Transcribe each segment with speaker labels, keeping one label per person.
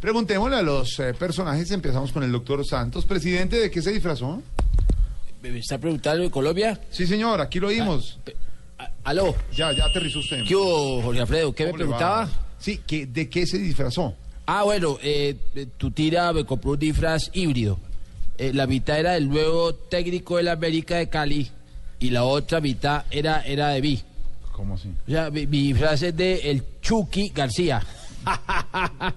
Speaker 1: Preguntémosle a los eh, personajes. Empezamos con el doctor Santos. ¿Presidente de qué se disfrazó?
Speaker 2: ¿Me está preguntando de Colombia?
Speaker 1: Sí, señor, aquí lo oímos.
Speaker 2: Pe- a- Aló,
Speaker 1: Ya, ya aterrizó usted.
Speaker 2: ¿qué hubo, Jorge Alfredo? ¿Qué me
Speaker 1: ¿Cómo le va?
Speaker 2: preguntaba?
Speaker 1: Sí, que, ¿de qué se disfrazó?
Speaker 2: Ah, bueno, eh, eh, tu tira me compró un disfraz híbrido. Eh, la mitad era del nuevo técnico de la América de Cali y la otra mitad era, era de mí.
Speaker 1: ¿Cómo así?
Speaker 2: O sea, mi, mi disfraz es de el Chucky García.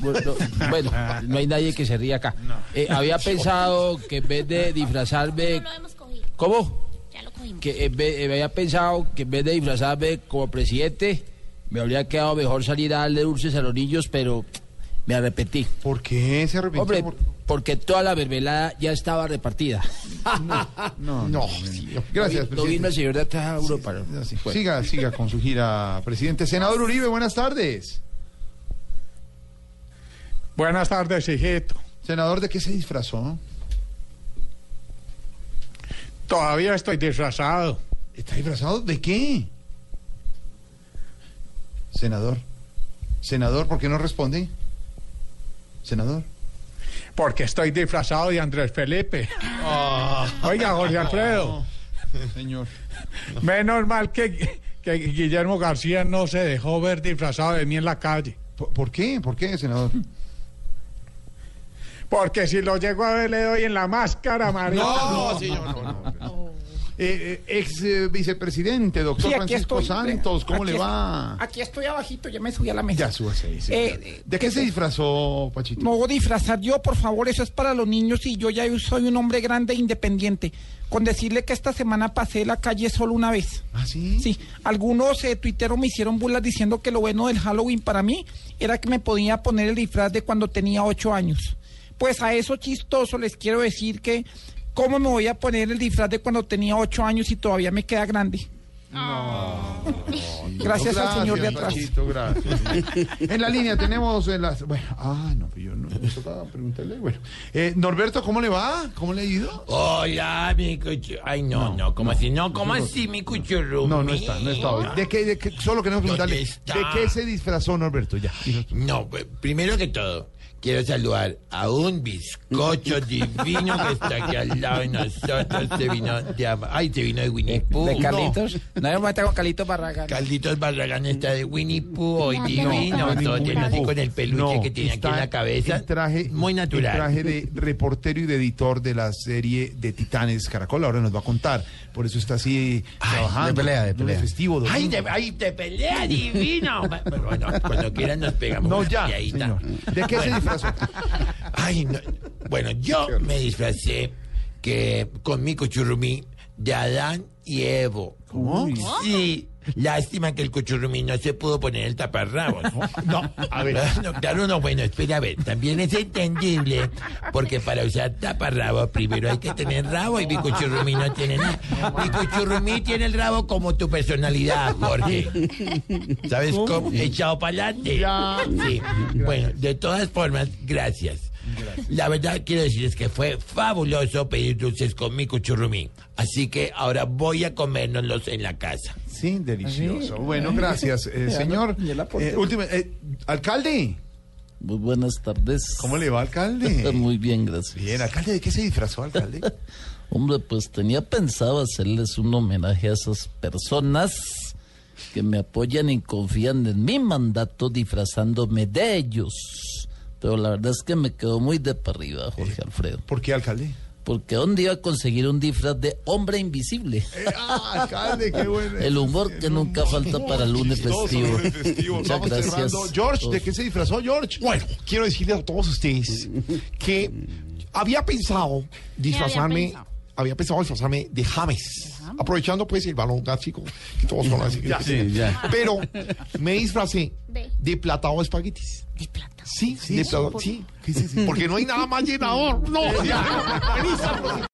Speaker 2: Bueno, bueno, no hay nadie que se ría acá. Eh, había pensado que en vez de disfrazarme... ¿Cómo? que en vez- eh, había pensado que en vez de disfrazarme como presidente, me habría quedado mejor salir a darle dulces a los niños, pero me arrepentí.
Speaker 1: ¿Por qué se arrepintió?
Speaker 2: Hombre,
Speaker 1: Por-
Speaker 2: porque toda la mermelada ya estaba repartida.
Speaker 1: No, no, Gracias,
Speaker 2: No vino
Speaker 1: presidente.
Speaker 2: el señor de atrás a Europa. ¿no?
Speaker 1: Así,
Speaker 2: Bueno.
Speaker 1: Siga, siga con su gira, presidente. Senador Uribe, buenas tardes.
Speaker 3: Buenas tardes, hijito.
Speaker 1: Senador, ¿de qué se disfrazó?
Speaker 3: Todavía estoy disfrazado.
Speaker 1: ¿Está disfrazado de qué? Senador. Senador, ¿por qué no responde? Senador.
Speaker 3: Porque estoy disfrazado de Andrés Felipe.
Speaker 1: Ah,
Speaker 3: Oiga, Jorge
Speaker 4: Ah,
Speaker 3: Alfredo.
Speaker 1: Señor.
Speaker 3: Menos mal que, que Guillermo García no se dejó ver disfrazado de mí en la calle.
Speaker 1: ¿Por, por qué? ¿Por qué, senador?
Speaker 3: Porque si lo llego a ver, le doy en la máscara, María.
Speaker 1: señor, Eh, eh, ex eh, vicepresidente, doctor
Speaker 4: Sí, aquí
Speaker 1: Francisco
Speaker 4: estoy.
Speaker 1: Santos, ¿cómo
Speaker 4: Aquí
Speaker 1: le
Speaker 4: es-
Speaker 1: va?
Speaker 4: Aquí estoy abajito, ya me subí a la mesa.
Speaker 1: Ya súbase ahí, sí,
Speaker 4: Eh,
Speaker 1: ya.
Speaker 4: eh,
Speaker 1: ¿De qué se disfrazó, Pachito?
Speaker 4: No disfrazar yo, por favor, eso es para los niños y yo ya soy un hombre grande e independiente. Con decirle que esta semana pasé la calle solo una vez.
Speaker 1: ¿Ah,
Speaker 5: ¿Mm?
Speaker 1: sí?
Speaker 4: Sí, algunos eh, tuiteros me hicieron burlas diciendo que lo bueno del Halloween para mí era que me podía poner el disfraz de cuando tenía ocho años. Pues a eso chistoso les quiero decir que cómo me voy a poner el disfraz de cuando tenía ocho años y todavía me queda grande. Gracias, al señor de atrás.
Speaker 1: Pachito, gracias. en la línea tenemos en las. Bueno, ah, no, yo no me tocaba preguntarle. Bueno, eh, Norberto, ¿cómo le va? ¿Cómo le ha ido?
Speaker 6: Hola, mi cuchurro. Ay, no, no, ¿cómo así? No, ¿cómo así, mi cuchurro?
Speaker 1: No, no está, no está hoy. ¿De qué, de qué- solo queremos
Speaker 6: ¿Dónde
Speaker 1: preguntarle.
Speaker 6: está?
Speaker 1: ¿De qué se disfrazó Norberto? Ya.
Speaker 6: No, pues, primero que todo, quiero saludar a un bizcocho divino que está aquí al lado de nosotros. Se vino de, Am- ay, se vino de Winnie Pooh.
Speaker 4: de Carlitos. No, me con Carlitos Barragán.
Speaker 6: No, Carlitos Barragán está de Winnie Pooh hoy divino, todo tiene así con el peluche
Speaker 1: No,
Speaker 6: que tiene aquí
Speaker 1: está
Speaker 6: en la cabeza.
Speaker 1: el traje,
Speaker 6: muy natural.
Speaker 1: El traje de reportero y de editor de la serie de Titanes Caracol. Ahora nos va a contar. Por eso está así trabajando.
Speaker 3: de pelea, de
Speaker 1: Lunes
Speaker 3: pelea.
Speaker 1: festivo, domingo.
Speaker 6: Ay, te, ay, te pelea divino. Pero bueno, cuando quieran nos pegamos.
Speaker 1: No,
Speaker 6: una
Speaker 1: ya,
Speaker 6: peleadita.
Speaker 1: señor. ¿De qué se disfrazó?
Speaker 6: Ay, no. Bueno, yo me disfracé que con mi cuchurrumí de Adán y Evo.
Speaker 1: ¿Cómo?
Speaker 6: Sí. Lástima que el cuchurrumí no se pudo poner el taparrabos. No, a ver. claro, no, bueno, espera, a ver. También es entendible, porque para usar taparrabos primero hay que tener rabo y mi cuchurrumí no tiene nada. Mi cuchurrumí tiene el rabo como tu personalidad, Jorge. ¿Sabes cómo? Echado para adelante. Sí. Bueno, de todas formas, gracias. La verdad quiero decirles que fue fabuloso pedir dulces con mi cuchurrumín. Así que ahora voy a comérnoslos en la casa.
Speaker 1: ¿Ah, Sí, delicioso. Bueno, gracias, eh, señor.
Speaker 7: y el aporte.
Speaker 1: Eh, última- eh, alcalde,
Speaker 7: Muy buenas tardes.
Speaker 1: ¿cómo le va, alcalde?
Speaker 7: Muy bien, gracias.
Speaker 1: Bien, alcalde, ¿de qué se disfrazó, alcalde?
Speaker 7: Hombre, pues tenía pensado hacerles un homenaje a esas personas que me apoyan y confían en mi mandato disfrazándome de ellos. Pero la verdad es que me quedó muy de para arriba, Jorge Alfredo.
Speaker 1: ¿Por qué, alcalde?
Speaker 7: Porque ¿dónde iba a conseguir un disfraz de hombre invisible?
Speaker 1: Ah, alcalde, qué bueno.
Speaker 7: El
Speaker 1: eh,
Speaker 7: humor que nunca falta para el lunes festivo. Muchas
Speaker 1: Vamos
Speaker 7: gracias.
Speaker 1: cerrando. George, ¿de qué se disfrazó George?
Speaker 5: Bueno, quiero decirles a todos ustedes que había pensado disfrazarme,
Speaker 8: pensado?
Speaker 5: había pensado disfrazarme de James, aprovechando pues el balón gástrico que todos conocen.
Speaker 1: Ya, sí,
Speaker 5: Pero me disfracé
Speaker 8: De-
Speaker 5: de platado de espaguetis.
Speaker 8: De plata.
Speaker 1: Sí, sí, de todo, sí. ¿Qué es ese? Porque no hay nada más llenador. No, ya, buenísimo.